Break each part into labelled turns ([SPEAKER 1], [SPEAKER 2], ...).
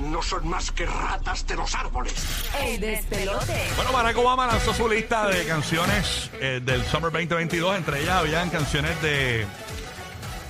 [SPEAKER 1] no son más que ratas de los árboles.
[SPEAKER 2] El despelote.
[SPEAKER 3] Bueno, Barack Obama lanzó su lista de canciones eh, del Summer 2022. Entre ellas habían canciones de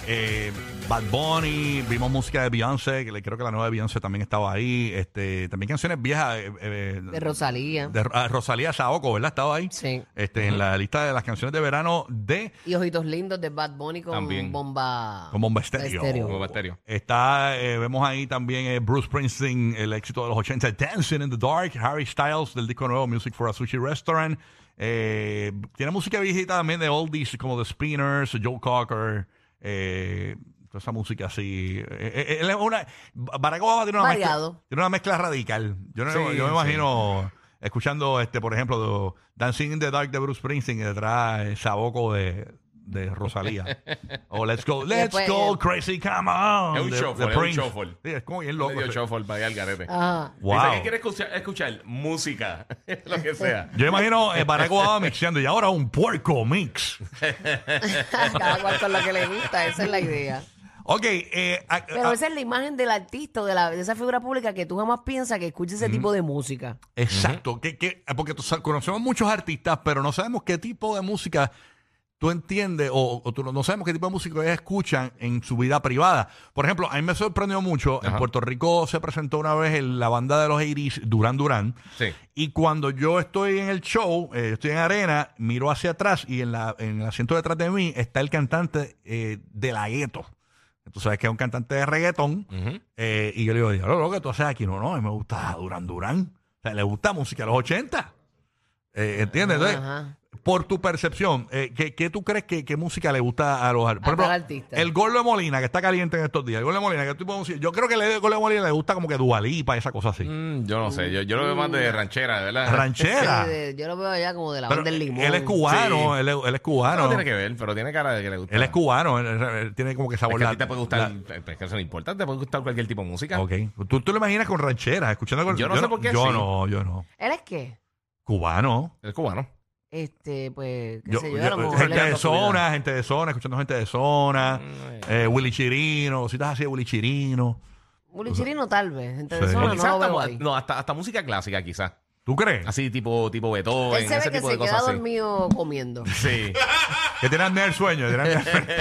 [SPEAKER 3] eh, Bad Bunny, vimos música de Beyoncé, que le- creo que la nueva de Beyoncé también estaba ahí. Este, también canciones viejas. eh, eh,
[SPEAKER 2] De Rosalía.
[SPEAKER 3] de Ro- ah, Rosalía Saoco, ¿verdad? Estaba ahí.
[SPEAKER 2] Sí.
[SPEAKER 3] Este, en la lista de las canciones de verano de
[SPEAKER 2] Y Ojitos Lindos de Bad Bunny con
[SPEAKER 4] También.
[SPEAKER 2] bomba.
[SPEAKER 3] Con Bomba Estéreo.
[SPEAKER 2] Estéreo.
[SPEAKER 4] Bomba Estéreo.
[SPEAKER 3] Está, eh, vemos ahí también eh, Bruce Springsteen, el éxito de los 80, Dancing in the Dark, Harry Styles del disco nuevo Music for a Sushi Restaurant. Eh, tiene música viejita también de oldies como The Spinners, Joe Cocker, eh, toda esa música así. Eh, eh, él es una, Barack Obama tiene una, mezcla,
[SPEAKER 2] Variado.
[SPEAKER 3] tiene una mezcla radical. Yo, no-
[SPEAKER 4] Sí,
[SPEAKER 3] yo me
[SPEAKER 4] sí.
[SPEAKER 3] imagino escuchando, este por ejemplo, Dancing in the Dark de Bruce Springsteen y detrás eh, Saboco de... De Rosalía. o Let's Go, Let's
[SPEAKER 2] después,
[SPEAKER 3] Go
[SPEAKER 2] eh,
[SPEAKER 3] Crazy, come on.
[SPEAKER 4] Es un
[SPEAKER 3] The-
[SPEAKER 4] shuffle,
[SPEAKER 3] The
[SPEAKER 4] es un
[SPEAKER 3] Prince.
[SPEAKER 4] shuffle.
[SPEAKER 3] Sí, es como bien loco.
[SPEAKER 4] Medio
[SPEAKER 3] sí.
[SPEAKER 4] shuffle para ir al garete.
[SPEAKER 2] Ajá.
[SPEAKER 3] Wow.
[SPEAKER 4] Dice que quiere escuchar, escuchar música, lo que sea.
[SPEAKER 3] Yo imagino eh, Barack Obama mixeando y ahora un puerco mix.
[SPEAKER 2] Cada cual con lo que le gusta, esa es la idea.
[SPEAKER 3] Ok, eh, a-
[SPEAKER 2] Pero
[SPEAKER 3] a-
[SPEAKER 2] esa es la imagen del artista, o de, la, de esa figura pública que tú jamás piensas que escuche ese tipo de música.
[SPEAKER 3] exacto. que- que- porque tú sa- conocemos muchos artistas, pero no sabemos qué tipo de música tú entiendes o, o tú no- no sabemos qué tipo de música ellos escuchan en su vida privada. Por ejemplo, a mí me sorprendió mucho. En
[SPEAKER 4] Ajá.
[SPEAKER 3] Puerto Rico se presentó una vez en la banda de los Iris, Durán Durán.
[SPEAKER 4] Sí.
[SPEAKER 3] Y cuando yo estoy en el show, eh, estoy en arena, miro hacia atrás y en, la, en el asiento detrás de mí está el cantante eh, de la gueto. Tú sabes que es un cantante de reggaetón. eh, y yo le digo, "Diablo, lo que tú haces aquí, no, no, a mí me gusta Durán Durán. O sea, le gusta música de los 80. Eh, ¿Entiendes? Entonces,
[SPEAKER 2] Ajá.
[SPEAKER 3] por tu percepción, eh, ¿qué, qué tú crees que, qué música le gusta a los ar-
[SPEAKER 2] A cada artista.
[SPEAKER 3] El Gordo de Molina, que está caliente en estos días. El Gordo de Molina, que tipo de música- Yo creo que le- el Gordo de Molina le gusta como que Dualipa, esa cosa así.
[SPEAKER 4] Mm, yo no sé, yo, yo lo veo más
[SPEAKER 3] Mm.
[SPEAKER 4] de ranchera, ¿verdad?
[SPEAKER 3] Ranchera.
[SPEAKER 2] Sí, Eh, de- yo lo veo allá como de la
[SPEAKER 3] Pero
[SPEAKER 2] voz del limón.
[SPEAKER 3] Él es cubano,
[SPEAKER 4] Sí.
[SPEAKER 3] él, es, él es
[SPEAKER 4] No
[SPEAKER 3] cubano.
[SPEAKER 4] tiene que ver, pero tiene cara de que le gusta.
[SPEAKER 3] Él es cubano, él, él- él tiene como que
[SPEAKER 4] Es
[SPEAKER 3] sabor
[SPEAKER 4] que a
[SPEAKER 3] la-
[SPEAKER 4] ti te puede
[SPEAKER 3] la- Ah,
[SPEAKER 4] gustar, es que eso no importa, te puede gustar cualquier tipo de música.
[SPEAKER 3] Ok. ¿Tú, tú lo imaginas con rancheras, escuchando con
[SPEAKER 4] Yo no sé por qué
[SPEAKER 3] Yo
[SPEAKER 4] sí.
[SPEAKER 3] no, yo no.
[SPEAKER 2] ¿Él es qué?
[SPEAKER 3] Cubano.
[SPEAKER 4] Es cubano.
[SPEAKER 2] Este, pues, qué
[SPEAKER 3] Yo-
[SPEAKER 2] sé yo, a
[SPEAKER 3] yo-
[SPEAKER 2] lo mejor
[SPEAKER 3] gente
[SPEAKER 2] le-
[SPEAKER 3] de zona, gente de zona, escuchando gente de zona.
[SPEAKER 4] Mm,
[SPEAKER 3] eh, Willy Chirino, cositas así de Willy Chirino.
[SPEAKER 2] Willy Chirino tal vez, gente de
[SPEAKER 3] Sí.
[SPEAKER 2] zona, no
[SPEAKER 4] Quizás
[SPEAKER 2] lo
[SPEAKER 4] hasta,
[SPEAKER 2] veo
[SPEAKER 4] mu-
[SPEAKER 2] ahí.
[SPEAKER 4] no, hasta, hasta música clásica, quizás.
[SPEAKER 3] ¿Tú crees?
[SPEAKER 4] Así tipo, tipo Beethoven,
[SPEAKER 2] Él se
[SPEAKER 4] ese
[SPEAKER 2] ve que
[SPEAKER 4] tipo
[SPEAKER 2] se
[SPEAKER 4] de
[SPEAKER 2] queda
[SPEAKER 4] cosas así.
[SPEAKER 2] dormido comiendo.
[SPEAKER 4] Sí.
[SPEAKER 3] Que tienen el sueño. tienen el sueño.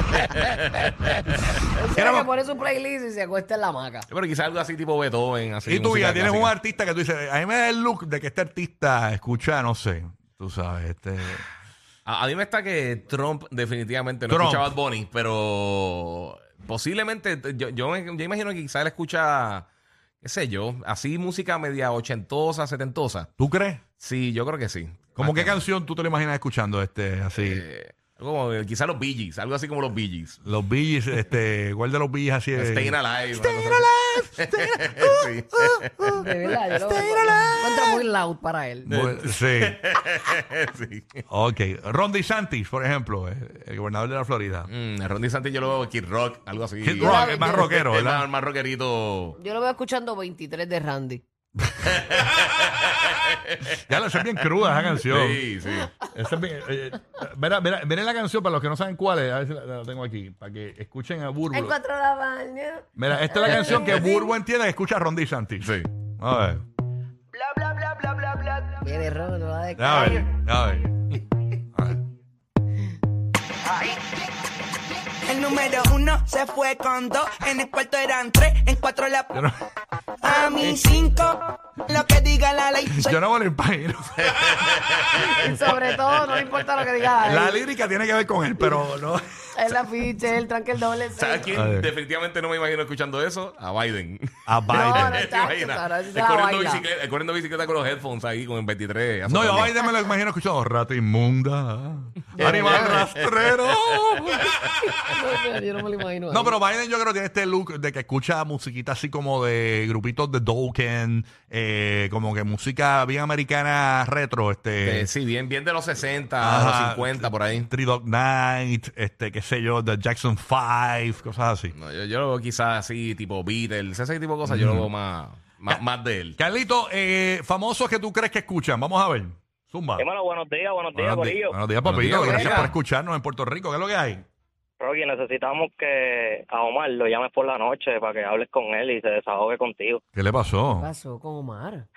[SPEAKER 2] Él se ve
[SPEAKER 3] Éramos-
[SPEAKER 2] que pone su playlist y se acuesta en la hamaca.
[SPEAKER 4] Pero quizás algo así tipo Beethoven, así.
[SPEAKER 3] y tú
[SPEAKER 4] música
[SPEAKER 3] ya tienes un
[SPEAKER 4] clásica.
[SPEAKER 3] artista que tú dices, a mí me da el look de que este artista escucha, no sé, tú sabes, este...
[SPEAKER 4] A, a mí me está que Trump definitivamente no
[SPEAKER 3] Trump.
[SPEAKER 4] escucha Bad Bunny, pero posiblemente, t- yo, yo, me- yo imagino que quizás él escucha, qué sé yo, así música media ochentosa, setentosa.
[SPEAKER 3] ¿Tú crees?
[SPEAKER 4] Sí, yo creo que sí.
[SPEAKER 3] ¿Cómo qué
[SPEAKER 4] Bastante.
[SPEAKER 3] canción tú te lo imaginas escuchando, este, así?
[SPEAKER 4] Ah, Eh, como, eh, quizás los Bee Gees, algo así como los Bee Gees.
[SPEAKER 3] Los Billys, este, ¿cuál de los Billys así es?
[SPEAKER 4] Staying Alive.
[SPEAKER 3] Staying
[SPEAKER 4] una cosa así. Sí.
[SPEAKER 2] De verdad, yo lo, lo encuentro muy loud para él.
[SPEAKER 3] Bu- Sí.
[SPEAKER 4] Sí.
[SPEAKER 3] Ok. Ron DeSantis, por ejemplo, eh, el gobernador de la Florida.
[SPEAKER 4] Mm, Ron DeSantis yo lo veo Kid Rock, algo así.
[SPEAKER 3] Kid
[SPEAKER 2] la-
[SPEAKER 3] Rock, es más
[SPEAKER 2] yo-
[SPEAKER 3] rockero,
[SPEAKER 4] Es más,
[SPEAKER 3] ¿verdad?
[SPEAKER 4] más rockerito.
[SPEAKER 2] Yo lo veo escuchando 23 de Randy.
[SPEAKER 3] Ya la sé bien cruda esa canción.
[SPEAKER 4] Sí, sí.
[SPEAKER 3] Esa es bien- eh, eh, Verá, verá, verá la canción para los que no saben cuál es. A ver si la, la tengo aquí, para que escuchen a Burbu.
[SPEAKER 2] Encuentro la baña.
[SPEAKER 3] Mira, esta es la canción que Burbu entiende que escucha a Ron DeSantis.
[SPEAKER 4] Sí.
[SPEAKER 3] A ver,
[SPEAKER 2] Viene Ron, no la de
[SPEAKER 3] a ver, a ver. A ver.
[SPEAKER 5] El número uno se fue con dos, en el cuarto eran tres, en cuatro la...
[SPEAKER 3] Yo no,
[SPEAKER 5] A mí cinco, lo que diga la ley. Soy
[SPEAKER 3] yo no me lo imagino. eh.
[SPEAKER 2] Y sobre todo, no le importa lo que diga.
[SPEAKER 3] La lírica tiene que ver con él, pero no.
[SPEAKER 2] El afiche, el tranque, el doble. C.
[SPEAKER 4] ¿Sabes
[SPEAKER 3] A
[SPEAKER 4] quién?
[SPEAKER 3] ver.
[SPEAKER 4] Definitivamente no me imagino escuchando eso. A Biden.
[SPEAKER 3] A
[SPEAKER 2] No,
[SPEAKER 3] Biden.
[SPEAKER 2] no,
[SPEAKER 4] ¿Te
[SPEAKER 2] Exacto,
[SPEAKER 4] imaginas?
[SPEAKER 2] claro, esa es
[SPEAKER 4] Él
[SPEAKER 2] la
[SPEAKER 4] corriendo,
[SPEAKER 2] vaina.
[SPEAKER 4] bicicleta, él corriendo bicicleta con los headphones ahí, con el
[SPEAKER 3] No,
[SPEAKER 4] 23.
[SPEAKER 3] yo a
[SPEAKER 4] azotando.
[SPEAKER 3] Biden me lo imagino escuchando rata inmunda, animal rastrero.
[SPEAKER 2] No, Yo no me lo imagino.
[SPEAKER 3] No,
[SPEAKER 2] ahí.
[SPEAKER 3] pero Biden yo creo que tiene este look de que escucha musiquita así como de grupitos de Dokken, eh, como que música bien americana retro, este,
[SPEAKER 4] Eh, sí, bien, bien de los 60,
[SPEAKER 3] Ajá.
[SPEAKER 4] los 50, por ahí.
[SPEAKER 3] Three Dog Night, este, qué sé yo, The Jackson 5, cosas así.
[SPEAKER 4] No, yo, yo lo veo quizás así, tipo Beatles, ese tipo de cosas, yo lo veo más, más, más de él.
[SPEAKER 3] Carlito, eh, famosos que tú crees que escuchan, vamos a ver. Zumba.
[SPEAKER 6] Hermano, buenos días, buenos días,
[SPEAKER 3] Buenos, di-
[SPEAKER 6] Corillo.
[SPEAKER 3] buenos días,
[SPEAKER 4] Buenos días,
[SPEAKER 3] papito. Gracias
[SPEAKER 4] Corillo.
[SPEAKER 3] por escucharnos en Puerto Rico. ¿Qué es lo que hay?
[SPEAKER 6] Rocky, necesitamos que a Omar lo llames por la noche para que hables con él y se desahogue contigo.
[SPEAKER 3] ¿Qué le pasó?
[SPEAKER 2] pasó con Omar?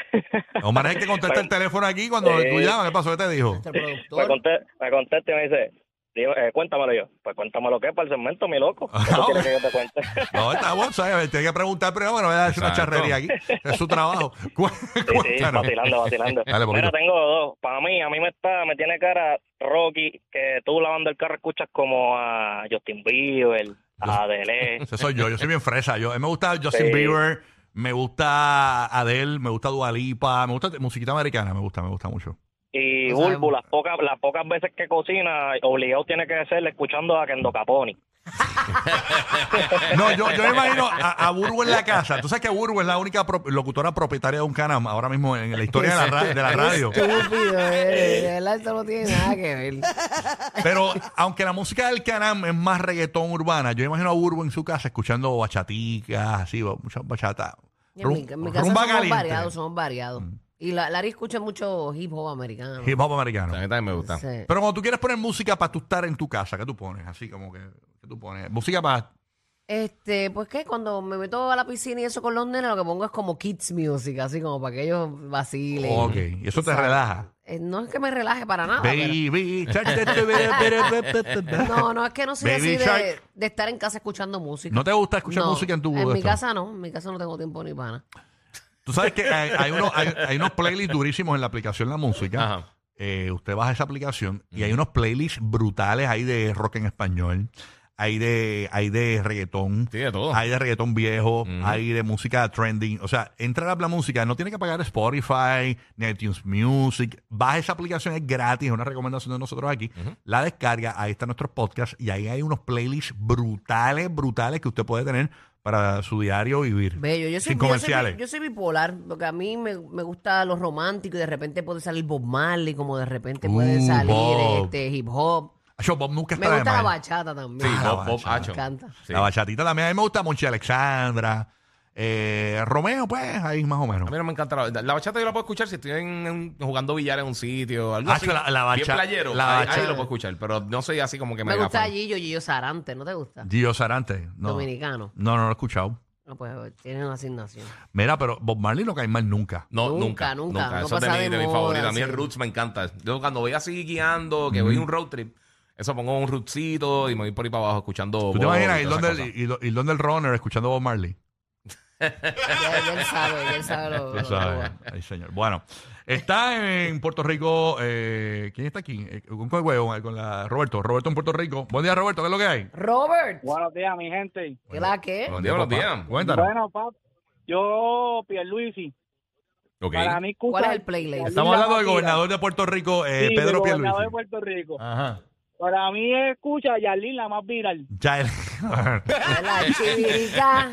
[SPEAKER 3] Omar es el que contesta el teléfono aquí cuando
[SPEAKER 6] Sí.
[SPEAKER 3] tú llamas. ¿Qué pasó? ¿Qué te dijo?
[SPEAKER 2] Nuestro
[SPEAKER 6] Me,
[SPEAKER 2] productor.
[SPEAKER 6] conte- me contesta y me dice, digo, eh, cuéntamelo yo. Pues cuéntamelo que para el segmento, mi loco. ¿Qué
[SPEAKER 3] Ah,
[SPEAKER 6] tú quieres que yo te cuente?
[SPEAKER 3] No, está bueno, ¿sabes? Tiene que preguntar primero, bueno, voy a decir una
[SPEAKER 4] Exacto.
[SPEAKER 3] charrería aquí. Es su trabajo. Cu-
[SPEAKER 6] Sí, sí,
[SPEAKER 3] cuéntanos.
[SPEAKER 6] vacilando, vacilando.
[SPEAKER 3] Dale, poquito.
[SPEAKER 6] Mira, tengo dos. Para mí, a mí me está, me tiene cara Rocky, que tú lavando el carro escuchas como a Justin Bieber, a Adele.
[SPEAKER 3] Ese soy yo, yo soy bien fresa. Yo, a mí me gusta Justin
[SPEAKER 6] Sí.
[SPEAKER 3] Bieber, me gusta Adele, me gusta Dualipa, me gusta musiquita americana, me gusta, me gusta mucho.
[SPEAKER 6] Y
[SPEAKER 2] Lo
[SPEAKER 6] Bulbu,
[SPEAKER 2] sabemos.
[SPEAKER 6] las pocas, las pocas veces que cocina, obligado tiene que ser escuchando a Kendo Caponi.
[SPEAKER 3] No, yo, yo me imagino a, a Burbu en la casa. Tú sabes que Burbu es la única pro- locutora propietaria de un canal ahora mismo en la historia de la, ra- de la radio.
[SPEAKER 2] Estúpido, eres, de verdad, esto no tiene nada que ver.
[SPEAKER 3] Pero aunque la música del canal es más reggaetón urbana, yo imagino a Burbu en su casa escuchando bachaticas, así, ba- mucha bachata.
[SPEAKER 2] En mi, en mi casa
[SPEAKER 3] rumba
[SPEAKER 2] somos
[SPEAKER 3] caliente. Mm.
[SPEAKER 2] variados, somos variados. Y la, Larry escucha mucho hip hop americano.
[SPEAKER 3] Hip hop americano.
[SPEAKER 4] A mí también me gusta.
[SPEAKER 2] Sí.
[SPEAKER 3] Pero cuando tú quieres poner música para tú estar en tu casa, ¿qué tú pones? Así como que, ¿qué tú pones? Música para...
[SPEAKER 2] Este, pues que cuando me meto a la piscina y eso con los nenes, lo que pongo es como kids music, así como para que ellos vacilen.
[SPEAKER 3] Ok, y eso te
[SPEAKER 2] Exacto.
[SPEAKER 3] relaja.
[SPEAKER 2] Eh, no es que me relaje para nada. pero-
[SPEAKER 3] Baby,
[SPEAKER 2] No, no, es que no soy
[SPEAKER 3] Baby
[SPEAKER 2] así de,
[SPEAKER 3] Shark.
[SPEAKER 2] de estar en casa escuchando música.
[SPEAKER 3] ¿No te gusta escuchar
[SPEAKER 2] No,
[SPEAKER 3] música en tu
[SPEAKER 2] En mi
[SPEAKER 3] esto?
[SPEAKER 2] casa no, en mi casa no tengo tiempo ni para nada.
[SPEAKER 3] Tú sabes que hay, hay unos, hay, hay unos playlists durísimos en la aplicación La Música.
[SPEAKER 4] Ajá.
[SPEAKER 3] Eh, usted baja esa aplicación y hay unos playlists brutales ahí de rock en español, hay de, hay de reggaetón,
[SPEAKER 4] Sí, de todo.
[SPEAKER 3] hay de reggaetón viejo,
[SPEAKER 4] Ujú.
[SPEAKER 3] hay de música trending. O sea, entra a la música, no tiene que pagar Spotify, ni iTunes Music. Baja esa aplicación, es gratis, es una recomendación de nosotros aquí. La descarga, ahí están nuestros podcasts y ahí hay unos playlists brutales, brutales que usted puede tener para su diario vivir.
[SPEAKER 2] Bello,
[SPEAKER 3] Sin
[SPEAKER 2] yo soy, yo soy-
[SPEAKER 3] comerciales.
[SPEAKER 2] Yo soy, bipolar, porque a mí me, me gusta lo romántico y de repente puede salir Bob Marley, como de repente puede
[SPEAKER 3] Uh,
[SPEAKER 2] salir
[SPEAKER 3] Bob.
[SPEAKER 2] este hip hop.
[SPEAKER 3] Acho, Bob nunca
[SPEAKER 2] Me
[SPEAKER 3] está de
[SPEAKER 2] gusta la
[SPEAKER 3] más.
[SPEAKER 2] bachata también.
[SPEAKER 4] Sí,
[SPEAKER 3] Ah,
[SPEAKER 4] Bob, Bob
[SPEAKER 3] bachata.
[SPEAKER 2] me
[SPEAKER 4] Acho.
[SPEAKER 2] encanta.
[SPEAKER 4] Sí.
[SPEAKER 3] La bachatita también. A mí me gusta Monchi Alexandra. Eh, Romeo, pues, ahí más o menos.
[SPEAKER 4] A mí no me encanta la, la bachata. Yo la puedo escuchar si estoy en- en- jugando billar en un sitio. Algo
[SPEAKER 3] Ah,
[SPEAKER 4] así.
[SPEAKER 3] yo la- la
[SPEAKER 4] Bien
[SPEAKER 3] bacha-
[SPEAKER 4] playero.
[SPEAKER 3] la
[SPEAKER 4] ahí, ahí
[SPEAKER 3] bacha-
[SPEAKER 4] lo puedo escuchar, pero no soy así como que
[SPEAKER 2] Me
[SPEAKER 4] mega
[SPEAKER 2] gusta
[SPEAKER 4] fan.
[SPEAKER 2] Gillo, Gillo Sarante, ¿no te gusta?
[SPEAKER 3] Gio Sarante. No.
[SPEAKER 2] Dominicano.
[SPEAKER 3] No, no lo he escuchado.
[SPEAKER 2] No, pues tiene una asignación.
[SPEAKER 3] Mira, pero Bob Marley no cae mal nunca.
[SPEAKER 4] No,
[SPEAKER 2] Nunca,
[SPEAKER 4] nunca, nunca.
[SPEAKER 2] nunca, no
[SPEAKER 4] Eso es de,
[SPEAKER 2] pasa
[SPEAKER 4] mi,
[SPEAKER 2] de
[SPEAKER 4] de mi
[SPEAKER 2] moda,
[SPEAKER 4] favorito. A mí el
[SPEAKER 2] sí.
[SPEAKER 4] Roots me encanta. Yo cuando voy así guiando, que voy a un road trip, eso pongo un Rootsito y me voy por ahí para abajo escuchando.
[SPEAKER 3] ¿Tú te
[SPEAKER 4] Bob
[SPEAKER 3] imaginas
[SPEAKER 4] y
[SPEAKER 3] ir
[SPEAKER 4] todas
[SPEAKER 3] donde,
[SPEAKER 4] esas
[SPEAKER 3] el,
[SPEAKER 4] cosas.
[SPEAKER 3] ir- ir donde el runner escuchando Bob Marley?
[SPEAKER 2] Ya, ya él sabe, ya él sabe lo,
[SPEAKER 3] Tú
[SPEAKER 2] lo-
[SPEAKER 3] sabes. Ay, señor. Bueno, está en Puerto Rico. eh, ¿Quién está aquí? Eh, con, con el huevo, eh, con la Roberto. Roberto en Puerto Rico. Buen día, Roberto. ¿Qué es lo que hay?
[SPEAKER 2] Robert,
[SPEAKER 7] Buenos días, mi gente.
[SPEAKER 2] ¿qué la que?
[SPEAKER 4] Buenos días, buenos días.
[SPEAKER 3] Cuéntanos.
[SPEAKER 7] Bueno, pap, yo, Pierluisi,
[SPEAKER 4] Ok.
[SPEAKER 7] para mí escucha-
[SPEAKER 2] ¿Cuál es el playlist?
[SPEAKER 3] Estamos hablando del gobernador de Puerto Rico, eh,
[SPEAKER 7] Sí, del
[SPEAKER 3] Pedro
[SPEAKER 7] gobernador de
[SPEAKER 3] Pierluisi.
[SPEAKER 7] Puerto Rico.
[SPEAKER 3] Ajá.
[SPEAKER 7] Para mí escucha a Yarlín, la más viral.
[SPEAKER 3] Ya
[SPEAKER 2] La chivirica.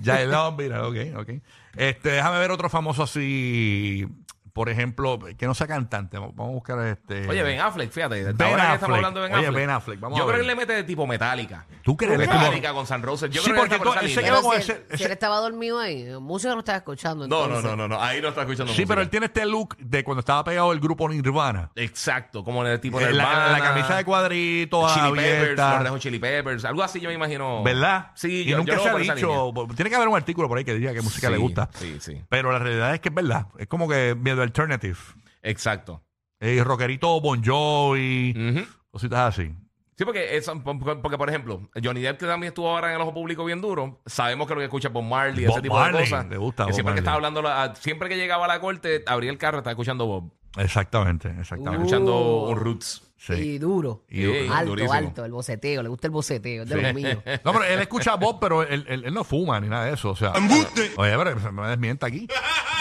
[SPEAKER 3] Ya el mira, ok, ok. Este, déjame ver otro famoso así, por ejemplo, que no sea cantante. Vamos a buscar este.
[SPEAKER 4] Oye, Ben Affleck, fíjate.
[SPEAKER 3] Ben
[SPEAKER 4] ahora que
[SPEAKER 3] Affleck.
[SPEAKER 4] estamos hablando de Ben
[SPEAKER 3] Oye,
[SPEAKER 4] Affleck.
[SPEAKER 3] Ben Affleck, vamos
[SPEAKER 4] Yo
[SPEAKER 3] a
[SPEAKER 4] creo
[SPEAKER 3] ver.
[SPEAKER 4] que le mete de tipo metálica.
[SPEAKER 3] ¿Tú crees que es como-
[SPEAKER 4] Metálica con San Rose. Yo
[SPEAKER 3] Sí,
[SPEAKER 4] creo que
[SPEAKER 3] porque
[SPEAKER 4] está por
[SPEAKER 3] tú-
[SPEAKER 4] esa
[SPEAKER 3] él se
[SPEAKER 4] línea.
[SPEAKER 3] quedó
[SPEAKER 2] Pero
[SPEAKER 3] con
[SPEAKER 2] si,
[SPEAKER 3] ese-
[SPEAKER 2] él-
[SPEAKER 3] ese-
[SPEAKER 2] si él estaba dormido ahí, música no estaba escuchando.
[SPEAKER 4] No, no,
[SPEAKER 2] entonces.
[SPEAKER 4] no, no, no. Ahí no está escuchando
[SPEAKER 3] Sí,
[SPEAKER 4] música.
[SPEAKER 3] pero él tiene este look de cuando estaba pegado el grupo Nirvana.
[SPEAKER 4] Exacto, como en el tipo
[SPEAKER 3] Eh,
[SPEAKER 4] de
[SPEAKER 3] la, la camisa de cuadritos,
[SPEAKER 4] Chili Peppers,
[SPEAKER 3] abierta.
[SPEAKER 4] los de Hot Chili Peppers, algo así yo me imagino.
[SPEAKER 3] ¿Verdad?
[SPEAKER 4] Sí,
[SPEAKER 3] y
[SPEAKER 4] yo,
[SPEAKER 3] nunca
[SPEAKER 4] yo lo
[SPEAKER 3] se
[SPEAKER 4] veo por
[SPEAKER 3] ha
[SPEAKER 4] esa línea.
[SPEAKER 3] dicho. Tiene que haber un artículo por ahí que diga qué música le
[SPEAKER 4] Sí,
[SPEAKER 3] gusta.
[SPEAKER 4] Sí, sí.
[SPEAKER 3] Pero la realidad es que es verdad. Es como que medio alternative.
[SPEAKER 4] Exacto.
[SPEAKER 3] Eh, rockerito Bon Jovi,
[SPEAKER 4] Ujú.
[SPEAKER 3] cositas así.
[SPEAKER 4] Sí, porque, eso- porque, porque, por ejemplo, Johnny Depp, que también estuvo ahora en el ojo público bien duro, sabemos que lo que escucha Bob Marley,
[SPEAKER 3] Bob
[SPEAKER 4] ese tipo
[SPEAKER 3] Marley,
[SPEAKER 4] de cosas.
[SPEAKER 3] le gusta
[SPEAKER 4] que
[SPEAKER 3] Bob
[SPEAKER 4] siempre
[SPEAKER 3] Marley.
[SPEAKER 4] que estaba hablando, la- siempre que llegaba a la corte, abría el carro, estaba escuchando Bob,
[SPEAKER 3] Exactamente, exactamente.
[SPEAKER 4] escuchando
[SPEAKER 2] Uh.
[SPEAKER 4] un Roots.
[SPEAKER 3] Sí.
[SPEAKER 2] Y duro.
[SPEAKER 3] Y
[SPEAKER 4] Sí,
[SPEAKER 2] alto,
[SPEAKER 4] durísimo.
[SPEAKER 2] alto, el boceteo, le gusta el boceteo, es de los míos.
[SPEAKER 3] No, pero él escucha voz, pero él, él- él no fuma ni nada de eso. O sea, oye, pero se me desmienta aquí.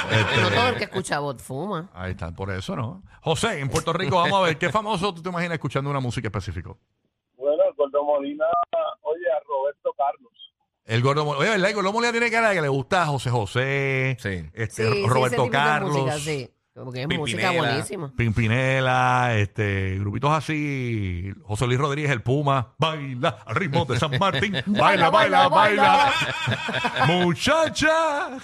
[SPEAKER 3] Este,
[SPEAKER 2] No todo el que escucha bot fuma.
[SPEAKER 3] ahí está, por eso no. José, en Puerto Rico, vamos a ver, ¿qué famoso tú te imaginas escuchando una música específica?
[SPEAKER 8] Bueno, el Gordo Molina, oye, a Roberto Carlos.
[SPEAKER 3] El Gordo Mol- Oye, ¿verdad? El Gordo Molina tiene cara de que le gusta a José José,
[SPEAKER 4] Sí.
[SPEAKER 2] Sí,
[SPEAKER 3] este,
[SPEAKER 2] sí, ese
[SPEAKER 3] Roberto
[SPEAKER 2] tipo de
[SPEAKER 3] Carlos,
[SPEAKER 2] música, sí. Porque es música
[SPEAKER 4] Pimpinela.
[SPEAKER 2] buenísima.
[SPEAKER 3] Pimpinela, este, grupitos así, José Luis Rodríguez, el Puma, baila al ritmo de San Martín, baila, baila,
[SPEAKER 2] Baila,
[SPEAKER 3] baila,
[SPEAKER 2] baila,
[SPEAKER 3] muchacha,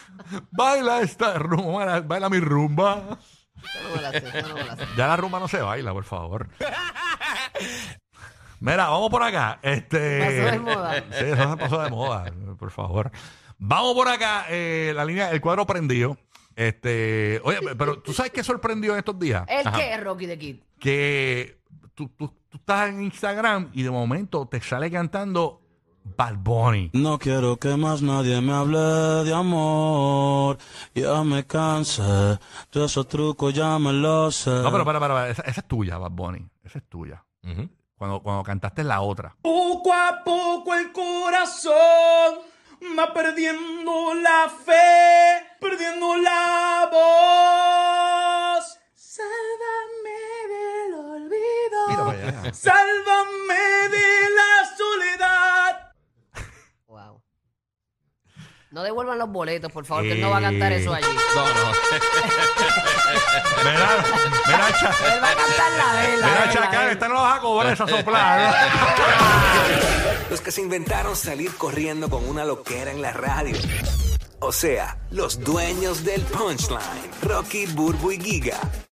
[SPEAKER 3] baila esta rumba, baila mi rumba.
[SPEAKER 2] Esa no me la sé, esa no me la sé.
[SPEAKER 3] Ya la rumba no se baila, por favor. Mira, vamos por acá. Este,
[SPEAKER 2] Pasó de moda.
[SPEAKER 3] Sí, eso se pasó de moda, por favor. Vamos por acá, eh, la línea, el cuadro prendido. Este, oye, pero tú sabes qué sorprendió en estos días?
[SPEAKER 2] ¿El qué es Rocky de Kid?
[SPEAKER 3] Que tú, tú- tú estás en Instagram y de momento te sale cantando Bad Bunny.
[SPEAKER 9] No quiero que más nadie me hable de amor. Ya me cansé. Yo esos trucos ya me lo sé.
[SPEAKER 3] No, pero para, para, para. Esa, esa es tuya, Bad Bunny. Esa es tuya. Cuando, cuando cantaste la otra.
[SPEAKER 9] Poco a poco el corazón va perdiendo la fe, perdiendo la voz. Sálvame
[SPEAKER 3] Mira
[SPEAKER 9] del olvido.
[SPEAKER 3] para allá.
[SPEAKER 9] Sálvame de la soledad.
[SPEAKER 2] Wow. No devuelvan los boletos, por favor, que él no va a cantar eso allí.
[SPEAKER 4] No, no.
[SPEAKER 3] Mira, mira, cha-
[SPEAKER 2] Él va a cantar la vela.
[SPEAKER 3] mira, chacal, esta no la vas a cobrar esa soplada. ¿no?
[SPEAKER 10] Los que se inventaron salir corriendo con una loquera en la radio. O sea, los dueños del punchline, Rocky, Burbu y Giga.